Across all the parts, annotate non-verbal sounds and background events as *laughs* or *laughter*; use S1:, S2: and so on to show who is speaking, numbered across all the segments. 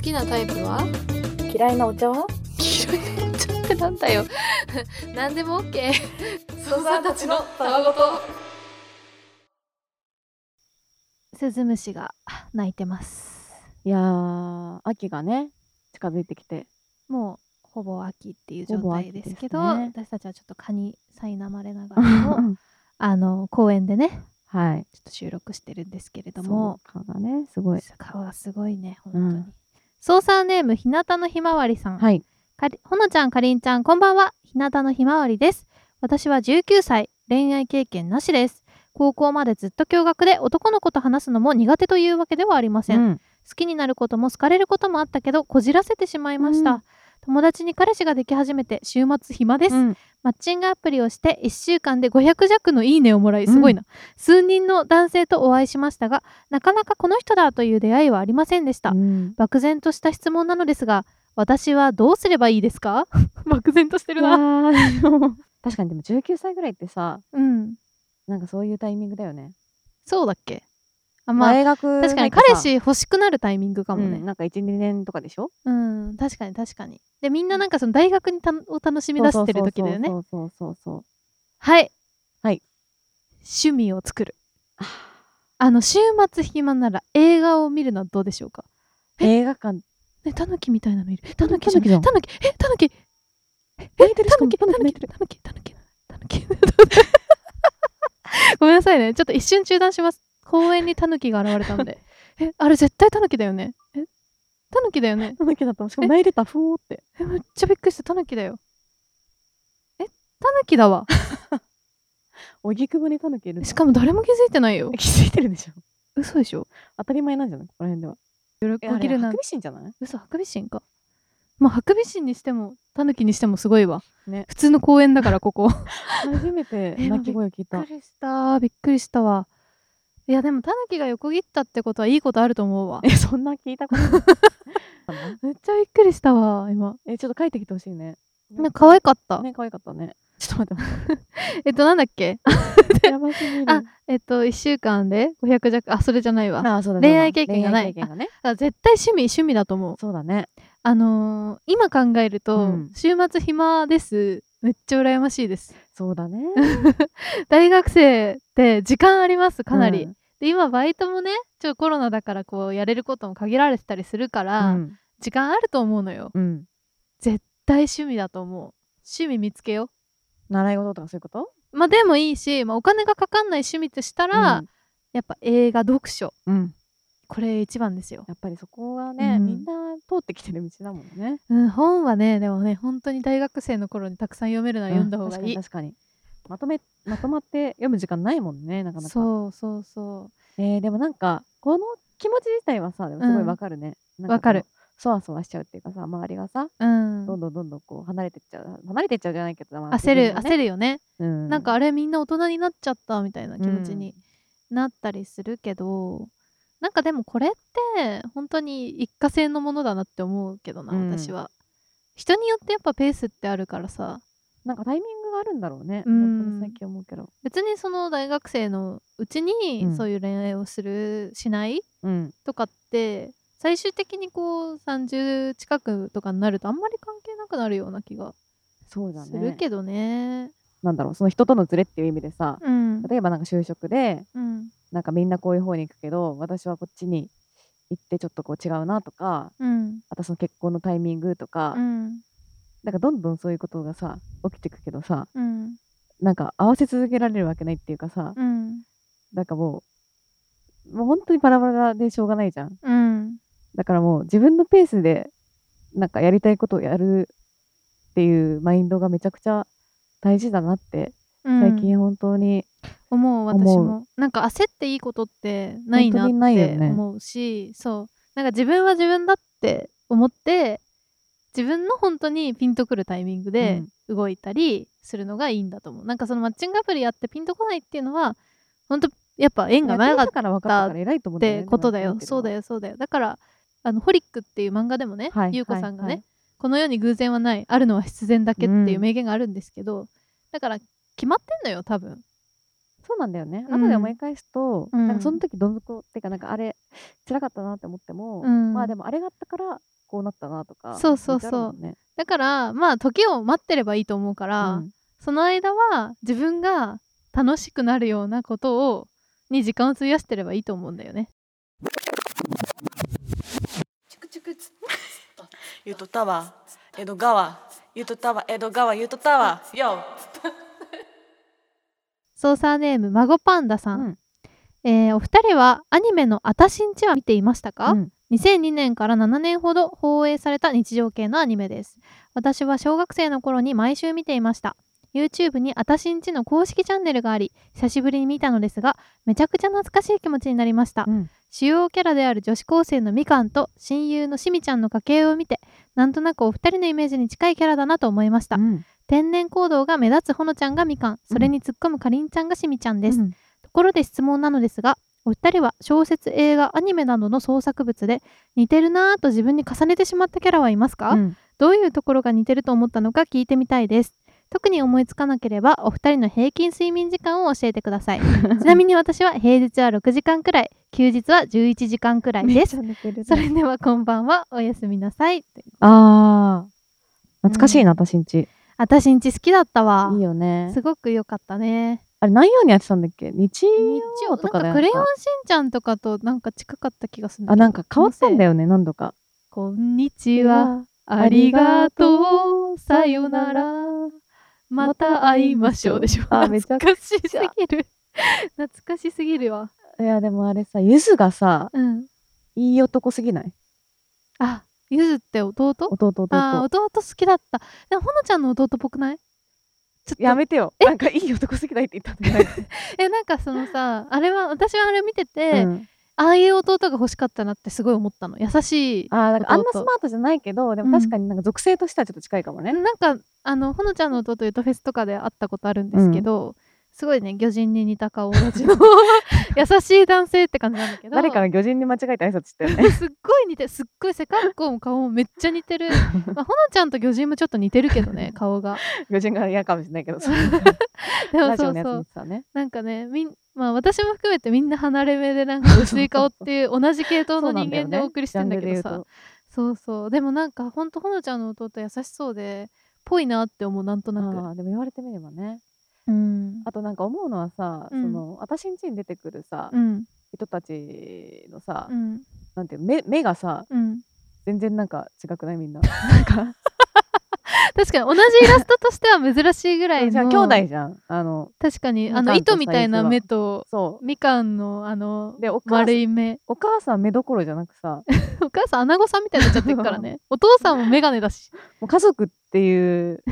S1: きなタイプは
S2: 嫌いなお茶は
S1: 黄色いなちょっとなんだよ *laughs* 何でも OK ソー
S2: ー
S1: た
S2: た
S1: ち
S2: ち
S1: の
S2: の
S1: たわごと
S3: スズムシがあ鳴いてます
S4: いやー、秋がね、近づいてきて。
S3: もうほぼ秋っていう
S4: ほ
S3: 状
S4: ぼ
S3: 態
S4: 秋
S3: です
S4: ですね
S3: けど私たちはちょっと蚊に苛まれながら
S4: *laughs*
S3: もあの公園でね
S4: はい。
S3: ちょっと収録してるんですけれど
S4: も
S3: も
S4: う、蚊がね、すごい。
S3: 顔がすごいね本当に、
S4: うん
S3: 操作ネーム日向のひまわりさん、
S4: はい。
S3: かりほのちゃんかりんちゃんこんばんは日向のひまわりです私は19歳恋愛経験なしです高校までずっと驚愕で男の子と話すのも苦手というわけではありません、
S4: うん
S3: 好きになることも好かれることもあったけどこじらせてしまいました、
S4: うん
S3: 友達に彼氏ができ始めて週末暇です、
S4: うん
S3: マッチングアプリをして1週間で500弱のいいねをもらいすごいな、数人の男性とお会いしましたがなかなかこの人だという出会いはありませんでした、
S4: うん
S3: 漠然とした質問なのですが私はどうすればいいですか *laughs* 漠然としてる
S4: いや
S3: な
S4: ーでも確かにでも19歳ぐらいってさ、
S3: うん
S4: なんかそういうタイミングだよね。
S3: そうだっけあ
S4: まあ、
S3: まあ
S4: 大学
S3: 確かに
S4: 入って
S3: 彼
S4: さ
S3: 氏欲しくなるタイミングかも
S4: う
S3: ね
S4: んなんか1、2年とかでしょ
S3: うん、確かに確かにでみんななんかその大学にたを楽しみ出してる時だよね
S4: そうそうそうそうそう
S3: はい。
S4: はい。
S3: 趣味を作る。あの、週末暇なら映画を見るのはどうでしょうか
S4: そう。映画館。
S3: ね、タヌキみたいなのいる。タヌキじゃ
S4: タ
S3: ん。タヌ
S4: ヌキ
S3: キ、え、タヌキ、
S4: 泣いて
S3: タヌキ、タヌキ、タヌキ、タヌキ、タヌキ。 *laughs* ごめんなさいね。ちょっと一瞬中断します。公園にタヌキが現れたんで。 *laughs* え、あれ絶対タヌキだよね。え、タヌキだよね。
S4: タヌキだったのしかも泣いてた、ふおーって。
S3: え、めっちゃびっくりした。タヌキだよ。え、タヌキだわ。
S4: 荻窪にタヌキいるん
S3: *laughs*
S4: だ。
S3: しかも誰も気づいてないよ
S4: 気づいてるでしょ
S3: 嘘でしょ。
S4: 当たり前なんじゃないここら辺では。え、あ
S3: 起き
S4: れ、
S3: る
S4: ハ
S3: なん
S4: ク
S3: て
S4: ビシンじゃない
S3: 嘘ハクビシンかまあハクビシンにしてもタヌキにしてもすごいわ、
S4: ね
S3: 普通の公園だからこ *laughs* こび
S4: 初め *laughs* て
S3: え
S4: 鳴き声を聞いた
S3: っ。くりしたびっくりしたわいやでもタヌキが横切ったってことはいいことあると思うわ
S4: *laughs* え、そんな聞いたことない
S3: めっちゃびっくりしたわ今
S4: *laughs* え、ちょっと書いてきてほしいね。
S3: なんか可愛かった、
S4: ね、可愛かったね。ちょっと待っ
S3: えっとなんだっけ
S4: て。 *laughs* やばすぎる。
S3: あえっと1週間で500弱あそれじゃないわ
S4: あ、そうだ
S3: 恋愛経験がない
S4: 恋愛経験がね。
S3: あ絶対趣味趣味だと思う
S4: *laughs* そうだね。
S3: あのー今考えると、
S4: うん
S3: 週末暇ですめっちゃ羨ましいです
S4: そうだね。
S3: 大学生って時間ありますかなり、
S4: うん。
S3: で今バイトもねちょっとコロナだからこうやれることも限られてたりするから、
S4: うん
S3: 時間あると思うのよ
S4: うん。
S3: 大趣味だと思う趣味見つけよ
S4: 習い事とかそういうこと
S3: うまあでもいいし、まあ、お金がかかんない趣味としたら、やっぱ映画読書
S4: うん。うん
S3: これ一番ですよ、
S4: やっぱりそこがね、
S3: うん
S4: みんな通ってきてる道だもんね。
S3: うん、本はねでもね本当に大学生の頃にたくさん読めるなら読んだ方がいい、
S4: うん確かに確かに。まとめ、 *laughs* まとまって読む時間ないもんね、なかなか。
S3: そうそうそ
S4: えー、でもなんかこの気持ち自体はさでもすごい
S3: うん
S4: わかるね。なん
S3: わかる
S4: こう。そわそわしちゃうっていうかさ周りがさ
S3: ううん
S4: どんどんどんどんこう離れてっちゃう離れてっちゃうじゃないけど、まあ
S3: 焦る、
S4: 自分が
S3: 焦
S4: ね
S3: るよね、
S4: うん、
S3: なんかあれみんな大人になっちゃったみたいな気持ちに
S4: う
S3: なったりするけど、なんかでもこれって本当に一過性のものだなって思うけどな、
S4: うん
S3: 私は人によってやっぱペースってあるからさ
S4: なんかタイミングがあるんだろうね、
S3: うん
S4: 本当に最近思うけど、
S3: 別にその大学生のうち
S4: う
S3: に
S4: ん
S3: そういう恋愛をするしない
S4: うん、
S3: とかって最終的にこう30近くとかになるとあんまり関係なくなるような気が
S4: そうだ
S3: する
S4: ね
S3: けどね。
S4: なんだろうその人とのズレっていう意味でさ
S3: うん
S4: 例えばなんか就職で
S3: うん
S4: なんかみんなこういう方に行くけど私はこっちに行ってちょっとこう違うなとか
S3: うん
S4: あとその結婚のタイミングとか、
S3: うん
S4: なんかどんどんそういうことがさ起きてくけどさ
S3: うん
S4: なんか合わせ続けられるわけないっていうかさ、
S3: うん
S4: なんかもう、もう本当にバラバラでしょうがないじゃん。
S3: うん
S4: だからもう自分のペースで、なんかやりたいことをやるっていうマインドがめちゃくちゃ大事だなって、最近本当に、
S3: 思う私
S4: 思う
S3: もなんか焦っていいことってないなっ
S4: 本当にないよ
S3: て
S4: ね
S3: 思うし、そうなんか自分は自分だって思って自分の本当にピンとくるタイミングで動いたりするのがいいんだと思う、なんかそのマッチングアプリやってピンとこないっていうのは本当やっぱ縁がなかっ
S4: やってみたから分かったから偉いと
S3: っ
S4: 思うんだよね。
S3: てことだよそうだ
S4: よ。
S3: よそうだよだからあの「ホリック」っていう漫画でもね、
S4: はい
S3: ゆうこさんがね、
S4: はいはい
S3: この世に偶然はないあるのは必然だけ」っていう
S4: うん
S3: 名言があるんですけど、だから決まってんのよ多分
S4: そうなんだよね。
S3: うん
S4: 後で思い返すと、
S3: うん
S4: なんかその時どん底っていうか、なんかあれ、辛かったなって思っても、
S3: うん
S4: まあでもあれがあったから、こうなったなとか
S3: そうそうそう
S4: めっちゃあるもんね
S3: だからまあ時を待ってればいいと思うから、
S4: うん
S3: その間は自分が楽しくなるようなことをに時間を費やしてればいいと思うんだよね。
S2: チクチクつゆとたわ江戸川ゆとたわ江戸川ゆとたわよ
S3: ソーサーネーム孫パンダさん、
S4: うん
S3: えーお二人はアニメの「あたしんち」は見ていましたか、
S4: うん
S3: 2002年から7年ほど放映された日常系のアニメです私は小学生の頃に毎週見ていました YouTube にあたしんちの公式チャンネルがあり久しぶりに見たのですがめちゃくちゃ懐かしい気持ちになりました、
S4: うん
S3: 主要キャラである女子高生のみかんと親友のしみちゃんの家系を見てなんとなくお二人のイメージに近いキャラだなと思いました、
S4: うん
S3: 天然行動が目立つほのちゃんがみかんそれに突っ込むかりんちゃんがしみちゃんです、
S4: うん
S3: ところで質問なのですがお二人は小説映画アニメなどの創作物で似てるなぁと自分に重ねてしまったキャラはいますか、
S4: うん
S3: どういうところが似てると思ったのか聞いてみたいです特に思いつかなければお二人の平均睡眠時間を教えてくだ
S4: *laughs*
S3: さいちなみに私は平日は6時間くらい休日は11時間くらい
S4: め
S3: で
S4: っち
S3: す
S4: ゃ寝てるね
S3: それではこんばんはおやすみなさい
S4: ああ懐かしいな私んち
S3: 私んち好きだったわ
S4: いいよね
S3: すごく良かったね
S4: あれ何曜にやってたんだっけ日
S3: 日
S4: 曜とかだ
S3: なん
S4: よ
S3: かクレヨン
S4: なんか
S3: しんちゃんとかとなんか近かった気がするだけど
S4: あなんか変わったんだ
S3: よ
S4: よね何度か
S3: こんにちはありがとうさよならまた会いましょうでしょ
S4: あめちゃ
S3: 懐
S4: く
S3: かしすぎる懐かしすぎるわ
S4: いやでもあれさゆずがさ
S3: うん
S4: いい男すぎない
S3: あゆずって弟
S4: 弟弟
S3: あー弟好きだったでもほのちゃんの弟っぽくないちょっと
S4: やめてよなんかいい男すぎないって言ったんじゃなくて
S3: えなんかそのさあれは私はあれ見てて、
S4: うん
S3: ああいう弟が欲しかったなってすごい思ったの優しい
S4: あーなんかあん
S3: 弟
S4: なスマートじゃないけどでも
S3: うん
S4: 確かになんか属性としてはちょっと近いかもね
S3: なんかあのほのちゃんの弟ゆとフェスとかで会ったことあるんですけど、すごいね魚人に似た顔立ち
S4: *laughs*
S3: の優しい男性って感じなんだけど
S4: 誰かが魚人に間違えて挨
S3: *laughs*
S4: 拶したよね
S3: すっごい似てすっごい背格好も顔もめっちゃ似て
S4: *laughs*
S3: る、まあ、ほのちゃんと魚人もちょっと似てるけどね顔が
S4: 魚人が嫌かもしれないけどそう
S3: でも
S4: ラジ
S3: そ
S4: オ
S3: う
S4: のやつ
S3: そ
S4: 見
S3: う
S4: てたね
S3: なんかねみんまあ私も含めてみんな離れ目でなんか薄い顔
S4: *laughs*
S3: っていう同じ系統の人間でお送りしてんだけどさ
S4: そうなんだよね
S3: そうそうでもなんかほんとほのちゃんの弟優しそうでぽいなって思うなんと
S4: ジャ
S3: な
S4: ンルで言
S3: く
S4: うとあーでも言われてみればね
S3: うん
S4: あとなんか思うのはさ、
S3: うん
S4: その私んちに出てくるさ、
S3: うん
S4: 人たちのさ、
S3: うん
S4: なんていうの目目がさ
S3: うん
S4: 全然なんか違くな
S3: *laughs*
S4: いみんななんか
S3: 確かに同じイラストとしては珍しいぐらいの
S4: じゃあ兄弟じゃんあの
S3: 確かにあの
S4: みかんと
S3: 糸みたいな目と
S4: そ
S3: みかんのあの
S4: うでお母さ
S3: 丸
S4: ん
S3: い目
S4: お母さん目どころじゃなくさ
S3: *laughs*
S4: も
S3: お母さん穴子さんみたいになっちゃってるから *laughs* ねお父さんも眼鏡だし
S4: う家族っていう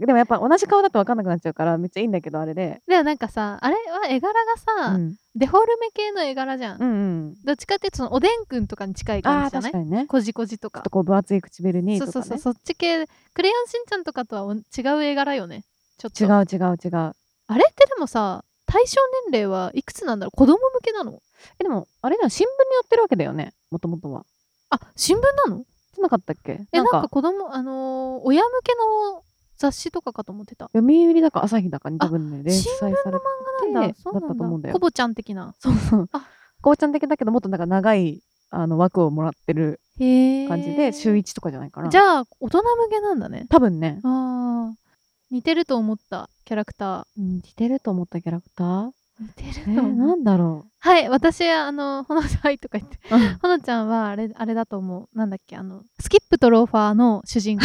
S4: でもやっぱ同じ顔だと分かんなくなっちゃうからめっちゃいいんだけどあれで、
S3: でもなんかさあれは絵柄が
S4: う
S3: さ、
S4: ん、
S3: デフォルメ系の絵柄じゃん、
S4: うんうん
S3: どっちかっていうとそのおでんくんとかに近い
S4: あ
S3: 感
S4: あ
S3: じじゃな
S4: 確
S3: い
S4: かにねちょ
S3: こじこじとか
S4: っとこう分厚い唇に
S3: そ
S4: と
S3: う
S4: か、ね、
S3: そうそうそっち系クレヨンしんちゃんとかとはお違う絵柄よねちょっと
S4: 違う違う違う
S3: あれってでもさ対象年齢はいくつなんだろう子供向けなの
S4: えでもあれだよ新聞に載ってるわけだよねもともとは
S3: あ新聞なの
S4: じゃなかったっけ
S3: えなんか子供あのー親向けの雑誌とかかと思ってた
S4: 読売だか朝日だかに多分ね連載
S3: 新聞
S4: されてて
S3: 漫画なんだそう
S4: だ
S3: な
S4: ったと思うん
S3: んだ
S4: だよ
S3: コボちゃん的な
S4: そうそう
S3: あ
S4: こうちゃん的だけどもっとなんか長いあの枠をもらってる
S3: へえ
S4: 感じで週1とかじゃないかな
S3: じゃあ大人向けなんだね
S4: 多分ね
S3: あー似てると思ったキャラクタ
S4: 似てると思ったキャラクター
S3: ー似て
S4: え
S3: *laughs* ると
S4: ー、
S3: 思
S4: な
S3: うん
S4: だろ
S3: はい私あのほのちゃんはいとか言って *laughs*
S4: う、うん *laughs*
S3: ほのちゃんはあれあれだと思うなんだっけあのスキップとローファーの主
S4: *laughs*
S3: 人公、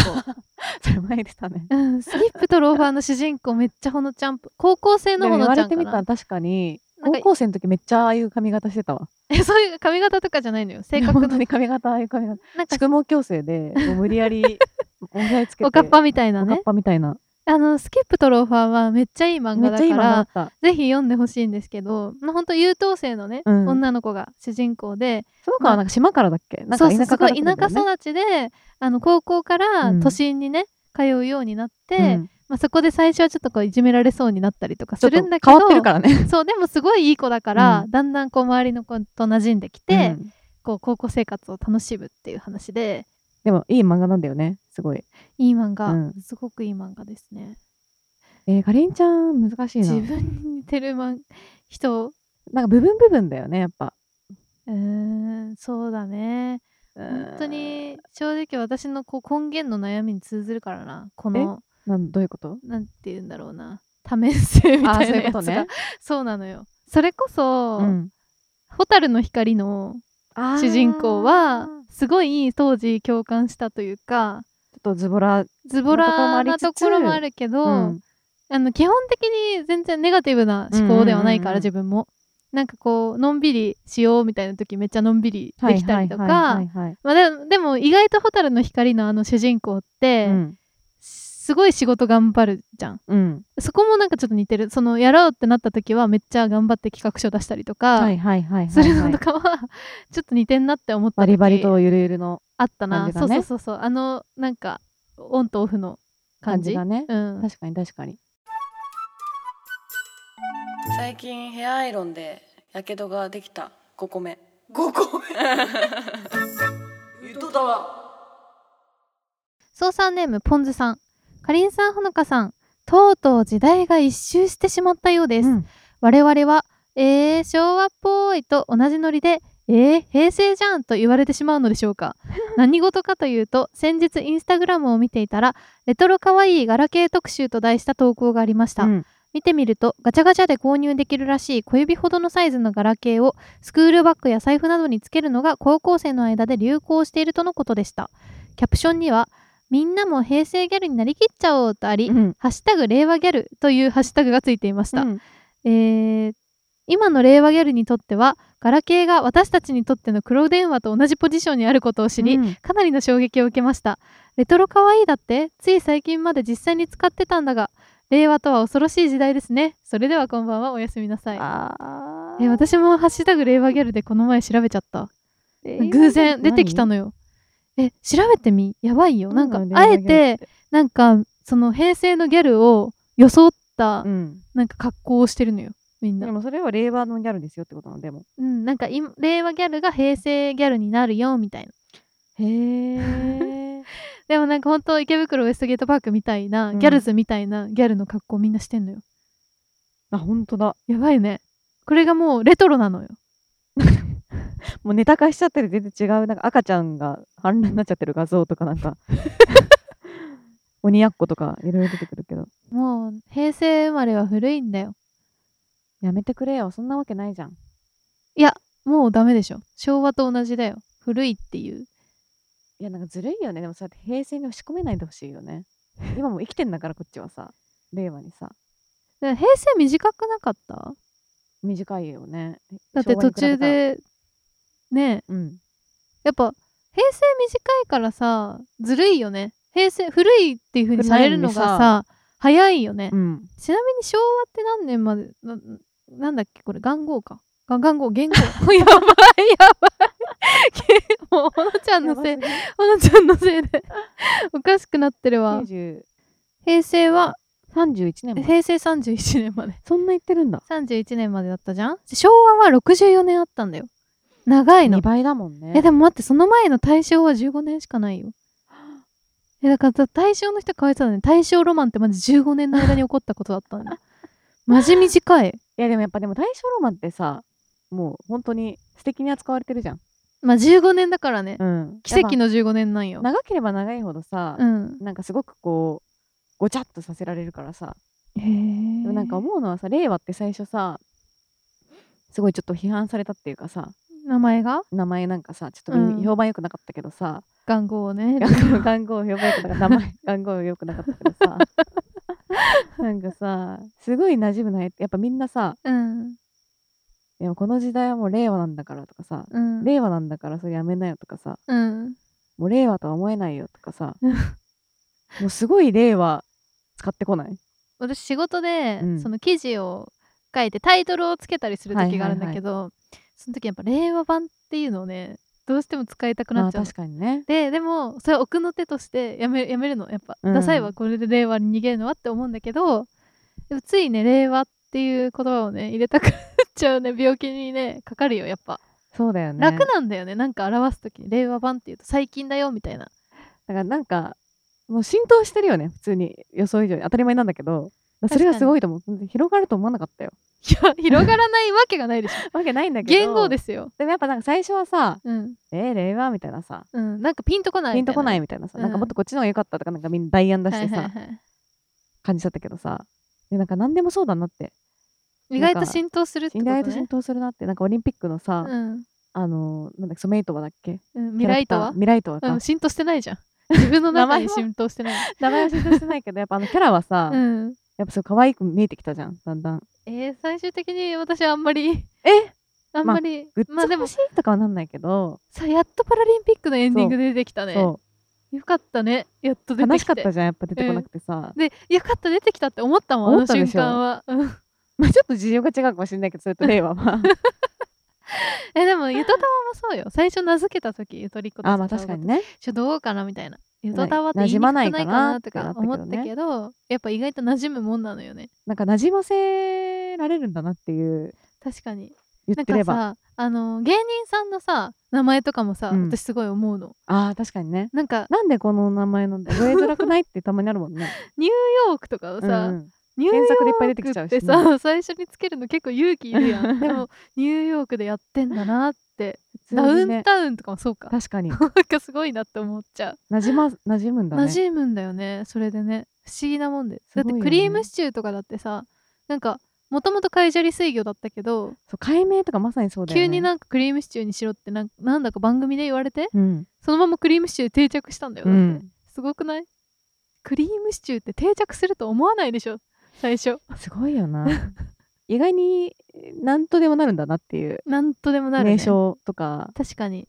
S4: それ前でしたね
S3: うん、スキップとローファーの主人公めっちゃほのちゃんっぽい高校生
S4: で
S3: のほ
S4: も言
S3: の
S4: わ
S3: ちゃ
S4: れ
S3: ん
S4: て
S3: か
S4: み
S3: な
S4: たら確かに
S3: なん
S4: 高
S3: か
S4: 校生の時めっちゃああいう髪型してたわ
S3: え *laughs* そういう髪型とかじゃないのよ性格
S4: *laughs* 本当
S3: の
S4: に髪型ああいう髪型
S3: *laughs* なんか
S4: 宿毛矯正でもう無理や
S3: *laughs*
S4: り押さえつけて
S3: おかっぱみたいな
S4: おか
S3: ね
S4: っぱみたいな
S3: あの、スキップとローファーはめっちゃいい漫
S4: め
S3: 画
S4: っ
S3: だ
S4: ちゃいい
S3: か
S4: 漫画だ
S3: ら
S4: っ、た
S3: ぜひ読んでほしいんですけど、まあ、本当優等生のね、
S4: うん
S3: 女の子が主人公で、
S4: その子はなんか島からだっけなん
S3: そ
S4: か
S3: う
S4: 田
S3: そう
S4: 舎
S3: す
S4: か
S3: ご
S4: ら
S3: い田舎
S4: だっ
S3: 育ちで、あの、高校から
S4: うん
S3: 都心にね、通うようになって、
S4: たよねうん
S3: まあ、そこで最初はちょっとこういじめられそうになったりとか
S4: ち
S3: す
S4: ょっ
S3: る
S4: と
S3: んだけど
S4: 変わってるからね
S3: そうでもすごいいい子だから、
S4: う
S3: だんだんこう周りの子と馴染んできて、
S4: うん
S3: こう高校生活を楽しむっていう話で
S4: でもいい漫画なんだよねすごい
S3: いい漫画、
S4: うん
S3: すごくいい漫画ですね。
S4: えー、かりんちゃん難しいな
S3: 自分に似てる漫人
S4: なんか部分部分だよねやっぱ
S3: うーんそうだね本当に正直私のこう根源の悩みに通ずるからなこ
S4: え
S3: の
S4: なんどういうこと
S3: なんて言うんだろうな多面性み
S4: あ
S3: た
S4: ー
S3: い
S4: そう
S3: な
S4: いう
S3: やつが
S4: こと
S3: そう,、
S4: ね。
S3: なのよそれこそ、
S4: うん
S3: 蛍の光の主人公はすごい当時共感したというか
S4: ちょっとズボラ、
S3: ズボラなところもあるけど、
S4: うん
S3: あの基本的に全然ネガティブな思考ではないから、
S4: うんうんうんうん
S3: 自分もなんかこうのんびりしようみたいな時めっちゃのんびりできたりとか、
S4: はいはいはいはい
S3: まあ、でもでも意外と「蛍の光」のあの主人公って、
S4: うん
S3: すごい仕事頑張るじゃん
S4: うん
S3: そこもなんかちょっと似てるそのやろうってなった時はめっちゃ頑張って企画書出したりとか、
S4: はいはいはいはいはい
S3: するのとかはちょっと似てんなって思った
S4: バ
S3: 時
S4: リバリとゆるゆるの
S3: あったな、
S4: 感じ
S3: そ
S4: が
S3: う
S4: ね
S3: そうそうそうあのなんかオンとオフの
S4: 感
S3: 感
S4: じ
S3: じ
S4: がね。
S3: うん、
S4: 確かに確かに。
S2: 最近ヘアアイロンでやけどができた5個目5個目 *laughs* ゆとたわ
S3: 操作ネームポンズさんかりんさんほのかさんとうとう時代が一周してしまったようです、
S4: うん
S3: 我々はえー、昭和っぽいと同じノリでえー、平成じゃんと言われてしまうのでしょう
S4: *laughs*
S3: か何事かというと先日インスタグラムを見ていたらレトロかわいいガラケー特集と題した投稿がありました、
S4: うん
S3: 見てみるとガチャガチャで購入できるらしい小指ほどのサイズのガラケーをスクールバッグや財布などにつけるのが高校生の間で流行しているとのことでしたキャプションには「みんなも平成ギャルになりきっちゃおう」とあり「
S4: うん
S3: ハッシュタグ令和ギャル」というハッシュタグがついていました、
S4: うん
S3: えー今の令和ギャルにとってはガラケーが私たちにとっての黒電話と同じポジションにあることを知り、
S4: うん
S3: かなりの衝撃を受けましたレトロかわいいだってつい最近まで実際に使ってたんだが令和とは恐ろしい時代ですねそれではこんばんはおやすみなさい
S4: あー
S3: え私も「ハッシュタグ令和ギャル」でこの前調べちゃった偶然出てきたのよえ調べてみやばいよなんか
S4: う
S3: あえて、なんかその平成のギャルを装った
S4: うん、
S3: なんか格好をしてるのよみんな
S4: でもそれは令和のギャルですよってことなのでも
S3: うん、なんか今令和ギャルが平成ギャルになるよみたいな
S4: へえ
S3: でもなんか本当池袋ウエストゲートパークみたいな、
S4: うん
S3: ギャルズみたいなギャルの格好みんなしてんのよ
S4: *laughs* あ本当だ
S3: やばいねこれがもうレトロなのよ
S4: もうネタ化しちゃってる全然違うなんか赤ちゃんが反乱になっちゃってる画像とかなん *laughs* か鬼やっことかいろいろ出てくるけど
S3: もう平成生まれは古いんだよ
S4: やめてくれよそんなわけないじゃん
S3: もうダメでしょ昭和と同じだよ古いっていう
S4: いやなんかずるいよねでもそうやって平成に押し込めないでほしいよね今もう生きてんだからこっちはさ令和にさ
S3: で平成短くなかった
S4: 短いよね
S3: だって
S4: 昭和
S3: 途
S4: に比べ
S3: 中
S4: たら
S3: でねえ
S4: うん
S3: やっぱ平成短いからさずるいよね平成古いっていう風にされるのが
S4: 古いのに
S3: さ早いよね、
S4: うん
S3: ちなみに昭和って何年までななんだっけこれ元号かが元号
S4: *laughs*
S3: 元号やばいやばいけ *laughs* もうほのちゃんのせい
S4: やばす
S3: ほのちゃんのせいで *laughs* おかしくなってるわ
S4: ぎる
S3: 平成は
S4: 90 31年も
S3: 平成31年まで
S4: そんな言ってるんだ
S3: 31年までだったじゃん昭和は64年あったんだよ長いの
S4: 2倍だもんね
S3: えでも待ってその前の大正は15年しかないよえだから大正の人変わいそうだね大正ロマンってまず15年の間に起こったことだった
S4: *laughs*
S3: んだマジ短い
S4: いやでもやっぱでも大正ロマンってさもう本当に素敵に扱われてるじゃん、
S3: まあ15年だからね
S4: うん、
S3: 奇跡
S4: やっ
S3: の15年なん
S4: ぱ
S3: よ
S4: 長ければ長いほどさ
S3: う、ん
S4: なんかすごくこうごちゃっとさせられるからさ
S3: へえ
S4: でもなんか思うのはさ令和って最初さすごいちょっと批判されたっていうかさ
S3: 名前が
S4: 名前なんかさちょっと
S3: うん
S4: 評判良くなかったけどさ、
S3: *laughs* 元号を
S4: *laughs*
S3: ね
S4: 番号評判良くなかった名
S3: *laughs*
S4: 前番号良くなかったけどさ *laughs* なんかさすごい馴染むないやっぱみんなさ
S3: うん
S4: でもこの時代はもう令和なんだからとかさ
S3: うん
S4: 令和なんだからそれやめなよとかさ
S3: うん
S4: もう令和とは思えないよと
S3: *laughs*
S4: かさ
S3: うん
S4: もうすごい令和使ってこない
S3: 私仕事で、
S4: うん
S3: その記事を書いてタイトルをつけたりする時があるんだけど、その時やっぱ令和版っていうのをねどうしても使いたくな
S4: ま
S3: っ
S4: あ
S3: ちゃうの
S4: 確かにね
S3: ででもそれは奥の手としてやめやめるのやっぱ、
S4: うん
S3: ダサいわこれで令和に逃げるのはって思うんだけどでもついね令和っていう言葉をね入れたくなっちゃうね病気にねかかるよやっぱ、
S4: そうだよね
S3: 楽なんだよねなんか表す時に令和版っていうと最近だよみたいな *laughs*
S4: だからなんかもう浸透してるよね普通に予想以上に当たり前なんだけど
S3: か
S4: そ
S3: に
S4: れがすごいと思う広がると思わなかったよ
S3: や広がらないわけがないでしょ
S4: わけないんだけど
S3: 言語ですよ、
S4: でもやっぱなんか最初はさ
S3: うん
S4: 「えー、令和」みたいなさ
S3: うん、なんかピンとこない
S4: ピンとこないいみたいなさ、
S3: うん
S4: なんかもっとこっちの方が良かったとかなんかみんな代案出してさ、
S3: はいはいはい
S4: 感じちゃったけどさでなんか何でもそうだなって
S3: 意外と浸透するってこ
S4: 意
S3: と
S4: 外と浸
S3: ね
S4: 透するなってなんかオリンピックのさ、
S3: うん
S4: あのーなんだっけソメイトバだっけ
S3: うん未来とは
S4: キャラクター未来とはか、
S3: うん浸透してないじゃん自分の中に
S4: 名前は
S3: 浸透してない、
S4: 名前は浸透してないけどやっぱ
S3: *laughs*
S4: あのキャラはさ、
S3: うん、
S4: やっぱそう可愛く見えてきたじゃんだんだん
S3: えー最終的に私はあんまり
S4: え
S3: あんまり、
S4: グッ
S3: まあ
S4: ズ
S3: でも
S4: 欲しいとかはなんないけど、
S3: さやっとパラリンピックのエンディングで出てきたね
S4: そ
S3: よかったねやっと
S4: う
S3: 出
S4: 悲
S3: て
S4: し
S3: き
S4: かってたじゃんやっぱ出てこなくてさ、
S3: でよかった出てきたって思ったもんあ
S4: 思
S3: の
S4: った
S3: 瞬
S4: でしょ
S3: 間は、うん
S4: まあちょっと事情が違うかもしれないけどそれと令
S3: *laughs*
S4: 和は
S3: えでもゆとたわもそうよ最初名付けた時ゆとりっ子と
S4: あまあ
S3: ちょっと
S4: 確かにね
S3: ちょどうかなみたいなゆとたわって言いにくくないかなとか思ったけどやっぱ意外と馴染むもんなのよね
S4: なんか馴染ませられるんだなっていう
S3: 確かに
S4: 言
S3: なん
S4: ってれ
S3: か
S4: ば
S3: さあの芸人さんのさ名前とかもさ、
S4: うん
S3: 私すごい思うの
S4: あー確かにね
S3: なんか
S4: なんでこの名前なんだ覚えづらくないってたまにあるも
S3: *laughs*
S4: んね
S3: ニューヨークとかを
S4: う
S3: さ、
S4: んうん
S3: ニューヨ
S4: 検索でいっぱい出て
S3: ーク
S4: きちゃ
S3: っ
S4: う
S3: て
S4: し
S3: さ、
S4: ね
S3: 最初につけるの結構勇気いるや
S4: *laughs*
S3: んでもニューヨークでやってんだなって
S4: 普通
S3: ダウ
S4: に
S3: ン
S4: ね
S3: タウンとかもそうか
S4: 確かに
S3: *laughs* なんかすごいなって思っちゃう
S4: 馴染ま馴染むんだね
S3: 馴染むんだよねそれでね不思議なもんですだ
S4: ご
S3: って
S4: いよね
S3: クリームシチューとかだってさなんかもともとカイジャリ水魚だったけど、
S4: そう解明とかまさにそうだよね
S3: 急になんかクリームシチューにしろってなんなんだか番組で言われて
S4: うん、
S3: そのままクリームシチュー定着したんだよ、
S4: う
S3: だって
S4: ん、
S3: すごくないクリームシチューって定着すると思わないでしょ最
S4: *laughs*
S3: 初
S4: すごいよな意外になんとでもなるんだなっていう
S3: なんとでもなる、ね、
S4: 名称とか
S3: 確かに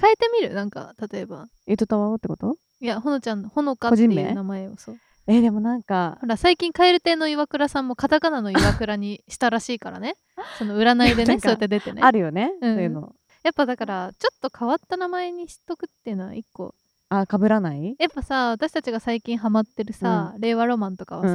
S3: 変えてみるなんか例えば
S4: ゆとたわおってこと
S3: いやほのちゃんほのかってい
S4: 個人名
S3: う名前をそう
S4: えーでもなんか
S3: ほら最近蛙亭の岩倉さんもカタカナの岩倉にしたらしいから
S4: *laughs*
S3: ねその占いで
S4: なん
S3: ね
S4: か
S3: そうやって出てね
S4: あるよね、
S3: うん
S4: そういうの
S3: やっぱだからちょっと変わった名前にしとくっていうのは一個
S4: あかぶらない
S3: やっぱさ私たちが最近ハマってるさ、令和ロマンとかはさ、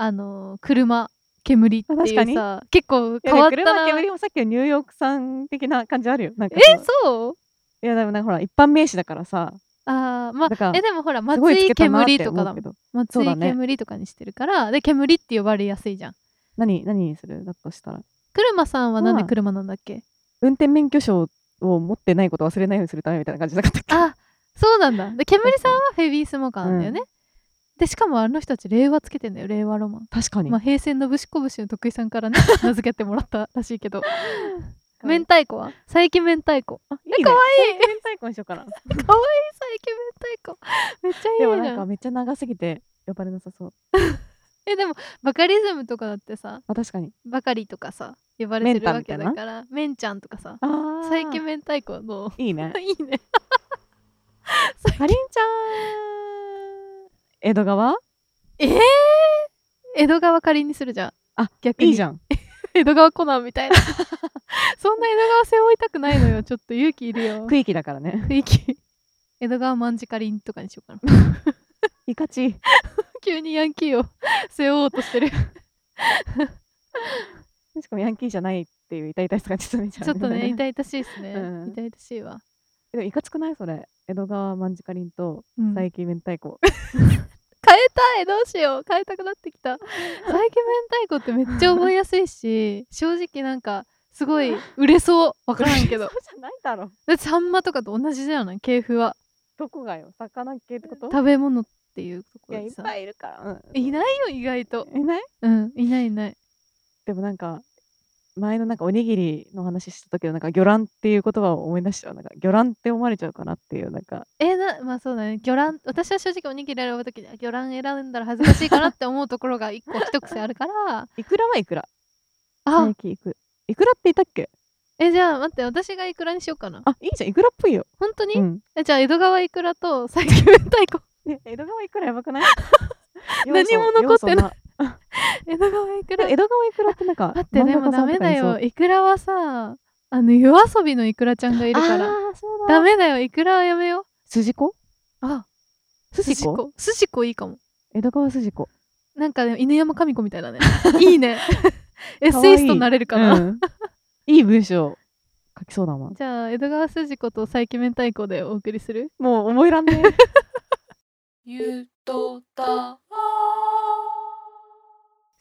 S3: あのー車煙って
S4: あ確か
S3: いう
S4: に
S3: さ結構変わった
S4: 車
S3: な
S4: 煙もさっきのニューヨークさん的な感じあるよなんか
S3: えそう
S4: いやでもなんかほら一般名詞だからさ
S3: あーま
S4: だ
S3: あ
S4: から
S3: えでもほら
S4: すご
S3: 松
S4: いつ
S3: 井
S4: けたなっ
S3: 煙
S4: て
S3: と
S4: 思
S3: か
S4: う
S3: だも
S4: け
S3: ん
S4: ど
S3: 松
S4: そう
S3: 井
S4: だね
S3: 煙とかにしてるからで煙って呼ばれやすいじゃん
S4: 何何にするだとしたら
S3: 車さんはなんで
S4: まあ
S3: 車なんだっけ、
S4: 運転免許証を持ってないことを忘れないようにするためみたいな感じだったっけ
S3: あそうなんだで煙さんはフェビースモーカーなんだよね、でしかもあの人たち令和つけてんだよ令和ロマン、
S4: 確かに、
S3: まあ、平成のぶしこぶしの徳井さんから *laughs* ね名付けてもらったらしいけど明太子は佐伯明太子
S4: あいいね
S3: かわいい
S4: 明太子にしようかな
S3: かわいい佐伯明太子めっちゃ
S4: でも
S3: *laughs* いい
S4: なん
S3: じゃ
S4: か
S3: ん
S4: めっちゃ長すぎて呼ばれなさそう
S3: えでもバカリズムとかだってさ
S4: あ確かに
S3: バカリとかさ呼ばれてる
S4: メンタ
S3: わ
S4: みた
S3: け
S4: いな
S3: だからメンちゃんとかさ
S4: あー
S3: 佐伯明太子の
S4: い
S3: *laughs*
S4: いね
S3: いいね
S4: かりんちゃん江戸川
S3: *laughs* えー、江戸川仮にするじゃん
S4: あ
S3: 逆に
S4: いいじゃん
S3: *laughs* 江戸川コナンみたいな *laughs* そんな江戸川背負いたくないのよちょっと勇気いるよ
S4: *laughs* 区域だからね
S3: 雰囲気江戸川マンジカリンとかにしようかな *laughs*
S4: いかち
S3: 急にヤンキーを *laughs* 背負おうとしてるち
S4: しかもヤンキーじゃないっていう痛々しさがちょっと見ちゃう
S3: ょっとね
S4: 痛
S3: 痛々しいですね、
S4: うん
S3: 痛々しいわ、
S4: でもいかつくないそれ江戸川マンジカリンと
S3: うん
S4: 佐
S3: 変え
S4: 伯明太子、
S3: たいどうしよう変えたくなってきた佐伯明太子ってめっちゃ覚えやすいし正直なんかすごい売れそうわからんけ
S4: *laughs*
S3: ど
S4: そうじゃないだろ
S3: だってさんまとかと同じじゃない系譜は
S4: どこがよ魚系ってこと
S3: 食べ物っていうとこ
S4: いや
S3: ろ
S4: い
S3: で
S4: っ
S3: さ
S4: ぱいいるから、
S3: いないよ意外と
S4: うん、いない
S3: うんいないいない
S4: でもなんか前のなんかおにぎりの話した時のなんか魚卵っていう言葉を思い出しちゃうなんか魚卵って思われちゃうかなっていうなんか
S3: えーなまあそうだね魚卵私は正直おにぎり選ぶ時にあ魚卵選んだら恥ずかしいかなって思うところが一
S4: *laughs*
S3: 個一癖あるから
S4: いくらはいくら佐
S3: あ
S4: 伯いくいくらっていたっけ
S3: えじゃあ待って私がいくらにしようかな
S4: あいいじゃんいくらっぽいよ、
S3: 本当に、
S4: うん、
S3: えじゃあ江戸川いくらと *laughs* 最近明太子
S4: ね江戸川いくらやば *laughs* くない
S3: 何も残ってない
S4: い
S3: 江戸川いくら
S4: 江戸川いくらってなん *laughs* か
S3: 待ってでもダメだよいくらはさあの夜遊びのいくらちゃんがい
S4: い
S3: るから
S4: あーそうだ
S3: ダメだよいくらはやめよう
S4: 筋子
S3: あ
S4: 筋子
S3: すしこいいかも
S4: 江戸川筋子
S3: なんか、ね、犬山神子みたいだ
S4: *laughs*
S3: ねいいねエッセイストになれるかな
S4: うんいい文章書きそうだもん
S3: じゃあ江戸川筋子と佐伯明太子でお送りする
S4: もう思いらんね
S2: ゆとたわ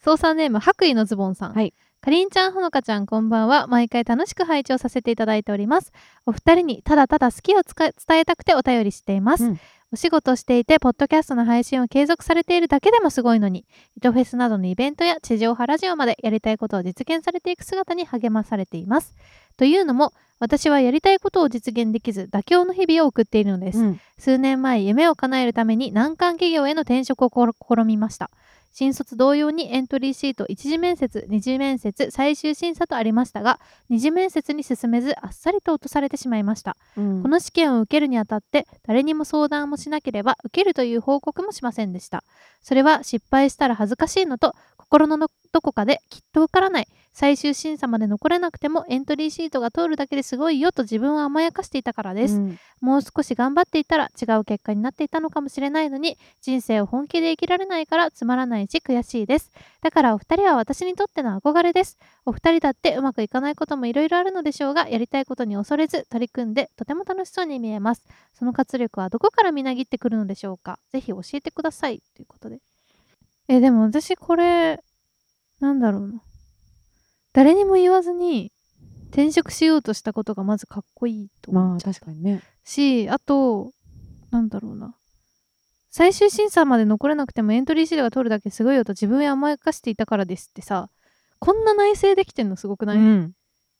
S3: 操作ネーム白衣のズボンさん、
S4: はい
S3: かりんちゃんほのかちゃんこんばんは毎回楽しく拝聴させていただいておりますお二人にただただ好きをつか伝えたくてお便りしています、
S4: うん
S3: お仕事をしていてポッドキャストの配信を継続されているだけでもすごいのに糸フェスなどのイベントや地上波ラジオまでやりたいことを実現されていく姿に励まされていますというのも私はやりたいことを実現できず妥協の日々を送っているのです、
S4: うん
S3: 数年前夢を叶えるために難関企業への転職をこ試みました新卒同様にエントリーシート1次面接2次面接最終審査とありましたが2次面接に進めずあっさりと落とされてしまいました、
S4: うん
S3: この試験を受けるにあたって誰にも相談もしなければ受けるという報告もしませんでしたそれは失敗したら恥ずかしいのと心のどこかできっと受からない最終審査まで残れなくてもエントリーシートが通るだけですごいよと自分を甘やかしていたからです、
S4: うん
S3: もう少し頑張っていたら違う結果になっていたのかもしれないのに人生を本気で生きられないからつまらないし悔しいですだからお二人は私にとっての憧れですお二人だってうまくいかないこともいろいろあるのでしょうがやりたいことに恐れず取り組んでとても楽しそうに見えますその活力はどこからみなぎってくるのでしょうかぜひ教えてくださいということでえでも私これなんだろうな誰にも言わずに転職しようとしたことがまずかっこいいと
S4: ま
S3: 思
S4: あ
S3: っちゃった
S4: 確かにね
S3: しあとなんだろうな最終審査まで残れなくてもエントリーシートが取るだけすごいよと自分へ甘やかしていたからですってさこんな内省できてんのすごくない、
S4: うん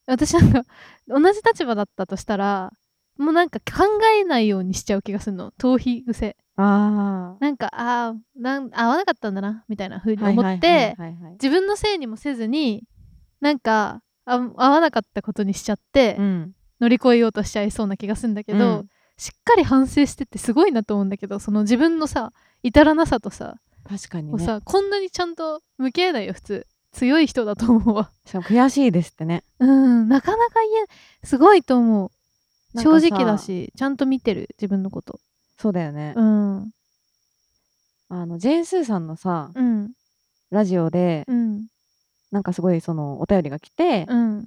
S3: 私なんか同じ立場だったとしたらもうなんか考えないようにしちゃう気がするの逃避癖
S4: あ
S3: なんかあーなん合わなかったんだなみたいな風に
S4: あ
S3: 思って、
S4: はいはいはいはい
S3: 自分のせいにもせずになんかあ合わなかったことにしちゃって、
S4: うん
S3: 乗り越えようとしちゃいそうな気がするんだけど、
S4: うん
S3: しっかり反省してってすごいなと思うんだけどその自分のさ至らなさとさ,、
S4: 確かに
S3: を
S4: ねし
S3: さこんなにちゃんと向き合えないよ普通強い人だと思うわ *laughs*
S4: かも悔しいですってね
S3: うんなかなか言えすごいと思う
S4: なんか
S3: 正
S4: さ
S3: 直だしちゃんと見てる自分のこと
S4: そうだよね
S3: うんうん
S4: あのジェーン・スーさんのさ
S3: うん
S4: ラジオで
S3: うん
S4: なんかすごいそのお便りが来て
S3: うん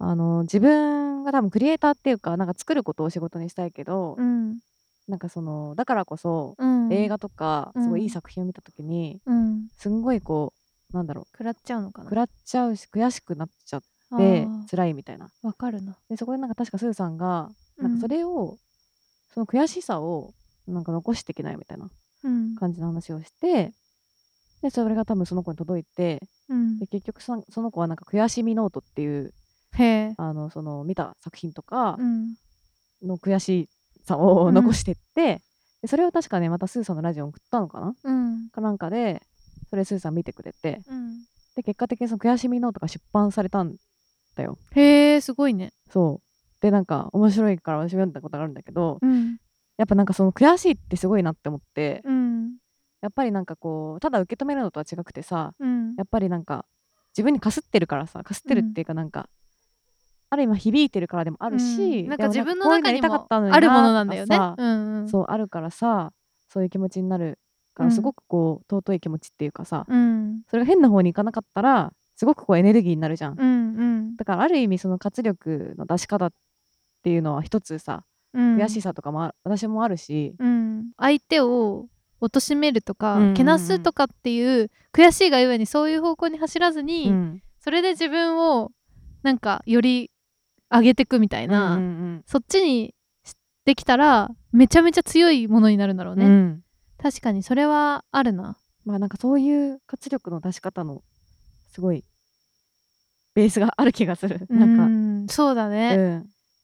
S4: あの自分が多分クリエイターっていうかなんか作ることを仕事にしたいけど
S3: うん
S4: なんかそのだからこそ
S3: うん
S4: 映画とか
S3: うん
S4: すごいいい作品を見た時に
S3: うん
S4: すんごいこうなんだろ
S3: 食らっちゃうのか
S4: う
S3: な
S4: 食らっちゃうし悔しくなっちゃっ
S3: あ
S4: て
S3: ー
S4: 辛いみたいな
S3: わかるな
S4: でそこでなんか確かスーさんがなんかそ
S3: れ
S4: れを、その悔しさをなんか残していけないみたいな
S3: うん
S4: 感じの話をしてでそれが多分その子に届いて
S3: うん
S4: で結局そのその子はなんか悔しみノートっていう
S3: へえ
S4: あのその見た作品とか
S3: うん
S4: の悔しさを
S3: うん
S4: 残してって、でそれを確かねまたスーさんのラジオに送ったのかな
S3: うん
S4: かなんかでそれスーさん見てくれて
S3: うん
S4: で結果的にその悔しみノートが出版されたんだよ
S3: へえすごいね
S4: そうでなんか面白いから私も読んだことがあるんだけど
S3: うん
S4: やっぱなんかその悔しいってすごいなって思って
S3: うん
S4: やっぱりなんかこうただ受け止めるのとは違くてさ
S3: うん
S4: やっぱりなんか自分にかすってるからさかすってるっていうかなんか、ある意味響いてるからでもあるし、
S3: うんなん
S4: で
S3: か
S4: も
S3: 自分の
S4: こういう
S3: 中に
S4: やりたか
S3: も
S4: ったのに
S3: あるものなんだよね
S4: とかさ。
S3: うんうん
S4: そうあるからさそういう気持ちになるか
S3: う
S4: ら
S3: ん
S4: すごくこう、尊い気持ちっていうかさ、
S3: うん
S4: それが変な方に行かなかったらすごくこうエネルギーになるじゃん、
S3: うん
S4: だからある意味その活力の出し方っていうのは一つさ
S3: うん
S4: 悔しさとかもあ私もあるし、
S3: うん相手を貶めるとか、
S4: うんうんうん
S3: けなすとかっていう悔しいがゆえにそういう方向に走らずに、
S4: うん
S3: それで自分をなんかより上げてくみたいな、
S4: うんうん
S3: そっちにしできたらめちゃめちゃ強いものになるんだろう
S4: うん
S3: ね、
S4: うん
S3: 確かにそれはあるな
S4: まあなんかそういう活力の出し方のすごいベースがある気がする、
S3: う
S4: なんか、
S3: んそうだね、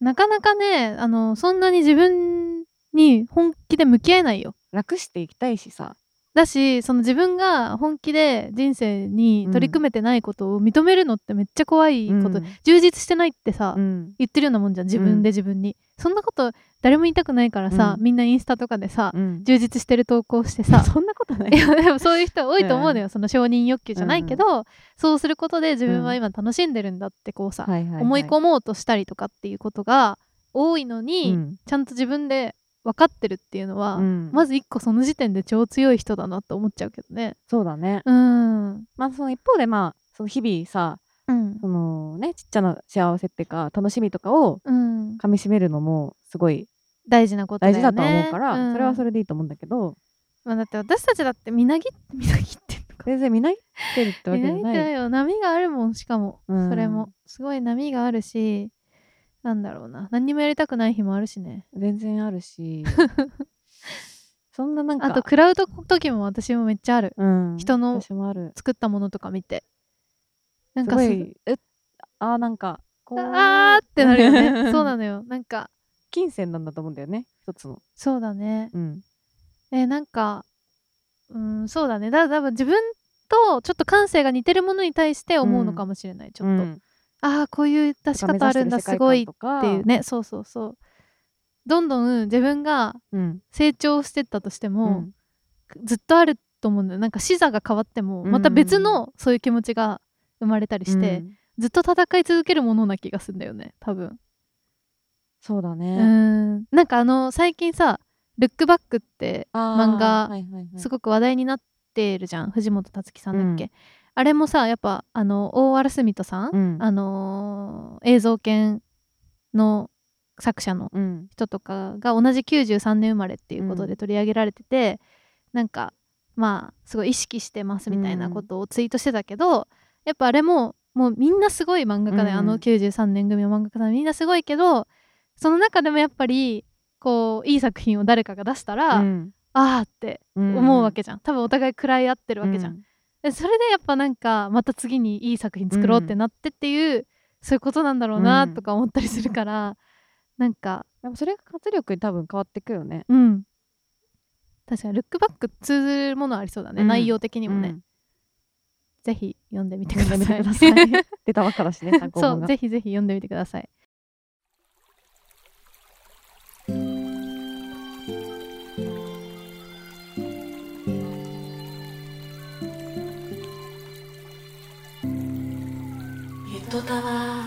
S4: うん、
S3: なかなかねあのそんなに自分に本気で向き合えないよ
S4: 楽していきたいしさ
S3: だしその自分が本気で人生に取り組めてないことを認めるのってめっちゃ怖いこと、
S4: うん
S3: 充実してないってさ、
S4: うん
S3: 言ってるようなもんじゃん自分で自分に、そんなこと誰も言いたくないからさ、
S4: うん
S3: みんなインスタとかでさ、
S4: うん
S3: 充実してる投稿してさ
S4: *laughs* そんなこと
S3: *laughs*
S4: ない
S3: いやでもそういう人多いと思うのよ、
S4: う
S3: その承認欲求じゃないけど、そうすることで自分は今楽しんでるんだってこうさ、
S4: はいはいはい
S3: 思い込もうとしたりとかっていうことが多いのに、
S4: うん
S3: ちゃんと自分で分かってるっていうのは、
S4: うん
S3: まず一個その時点で超強い人だなと思っちゃうけどね。
S4: そうだね、
S3: うん。うん。
S4: まあその一方でまあその日々さそのねちっちゃな幸せっていうか楽しみとかを
S3: うん。
S4: 噛みしめるのもすごい
S3: 大事なことだよ
S4: 大
S3: ね。
S4: 事だとは思うから、それはそ
S3: れ。
S4: れでいいと思うんだけど、 *laughs*
S3: まあ、だって私たちだってみなぎ、みなぎってんのかか。
S4: 全然見ないってるってわけじゃ
S3: 見ない
S4: ない
S3: だよ波があるもんしかも、
S4: うん
S3: それもすごい波があるしなんだろうな何にもやりたくない日もあるしね
S4: 全然あ
S3: *laughs*
S4: るしそんななんか
S3: あと食らうと時も私もめっちゃある
S4: うん、
S3: 人の
S4: 私もある
S3: 作ったものとか見てなん
S4: す
S3: か
S4: ご
S3: す
S4: いえあーなんかこう
S3: あー *laughs* ってなるよ
S4: *laughs*
S3: ねそうなのよなんか
S4: 金銭なんだと思うんだよね一つの
S3: そうだね
S4: うん
S3: えーなんかうんそうだねだ多分自分とちょっと感性が似てるものに対して思うのかもしれない、ちょっと、
S4: うん
S3: ああこういう出し方あるんだすごいっ
S4: とか
S3: ていうねそうそうそうどんどん自分が
S4: うん
S3: 成長してったとして
S4: う
S3: も、
S4: ん
S3: ずっとあると思うんだよなんか視座が変わっても
S4: うん
S3: また別のそういう気持ちが生まれたりして、
S4: うん
S3: ずっと戦い続けるものな気がするんだよね多分
S4: そうだ
S3: う
S4: ね、
S3: んなんかあの最近さ「ルックバック」って
S4: あー
S3: 漫画
S4: はいはいはい
S3: すごく話題になってるじゃん、藤本つ樹さんだっけ、あれもさやっぱあの大原住人さん、
S4: うん
S3: あのー映像犬の作者の
S4: うん
S3: 人とかが同じ93年生まれっていうこと
S4: う
S3: で
S4: ん
S3: 取り上げられてて、なんかまあすごい意識してますみたいなことをツイートしてたけど、やっぱあれももうみんなすごい漫画家で、
S4: うん
S3: あの93年組の漫画家さんみんなすごいけどその中でもやっぱりこういい作品を誰かが出したら、
S4: うん
S3: ああって
S4: うん
S3: 思うわけじゃん、多分お互い食らい合ってるわけじゃん、
S4: うん
S3: でそれでやっぱなんかまた次にいい作品作ろうってなってっていう、そういうことなんだろうなとか思ったりするから、 *laughs* なんか
S4: でもそれが活力に多分変わってくよね
S3: うん確かにルックバック通ずるものありそうだね、
S4: うん
S3: 内容的にもね、
S4: うん
S3: ぜひ読んでみてください
S4: 読んでみてください *laughs* 出たばっかだしね参
S3: *laughs*
S4: 考
S3: そ
S4: 本
S3: う
S4: が
S3: ぜひぜひ読んでみてください
S2: ゆとたわ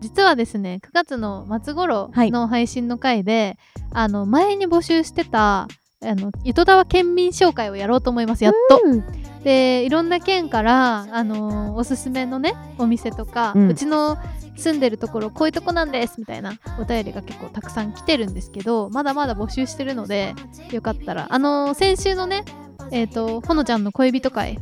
S3: 実はですね9月の末頃
S4: はい
S3: の配信の回で、あの前に募集してたあの糸田は県民紹介をやろうと思いますやっと、
S4: うん
S3: でいろんな県から、あのーおすすめのねお店とか、う
S4: うん
S3: ちの住んでるところこういうとこなんですみたいなお便りが結構たくさん来てるんですけどまだまだ募集してるのでよかったらあのー先週のねえー、とほのちゃんの恋人会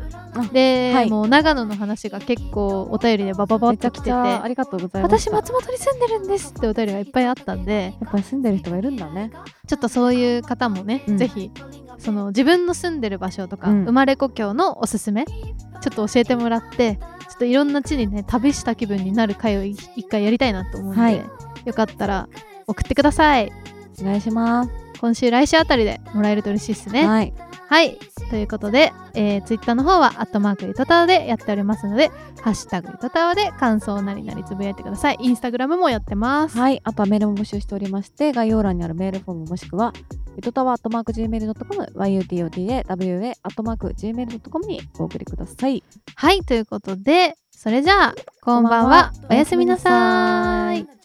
S3: で、
S4: はい
S3: もう長野の話が結構お便りでバババッ
S4: めち
S3: と
S4: ゃ
S3: 来
S4: く
S3: てて
S4: ちゃありがとうございます
S3: 私松本に住んでるんですってお便りがいっぱいあったんで
S4: やっぱり住んでる人がいるんだね
S3: ちょっとそういう方もね、
S4: うん
S3: ぜひその自分の住んでる場所とか、
S4: うん
S3: 生まれ故郷のおすすめちょっと教えてもらってちょっといろんな地にね旅した気分になる回をい一回やりたいなと思うんで、
S4: はい
S3: よかったら送ってください
S4: お願いします
S3: 今週来週あたりでもらえると嬉しいですねはい、
S4: はい
S3: ということで、えー、Twitter の方は「アットマークゆとたわ」でやっておりますので「ハッシュタグゆとたわ」で感想なりなりつぶやいてくださいインスタグラムもやってます
S4: はい、あとはメールも募集しておりまして、概要欄にあるメールフォームもしくは、ゆとたわ .gmail.com、yutotawa.gmail.com にお送りください。
S3: はい、ということで、それじゃあ、こんばんは。おやすみなさーい。
S2: ー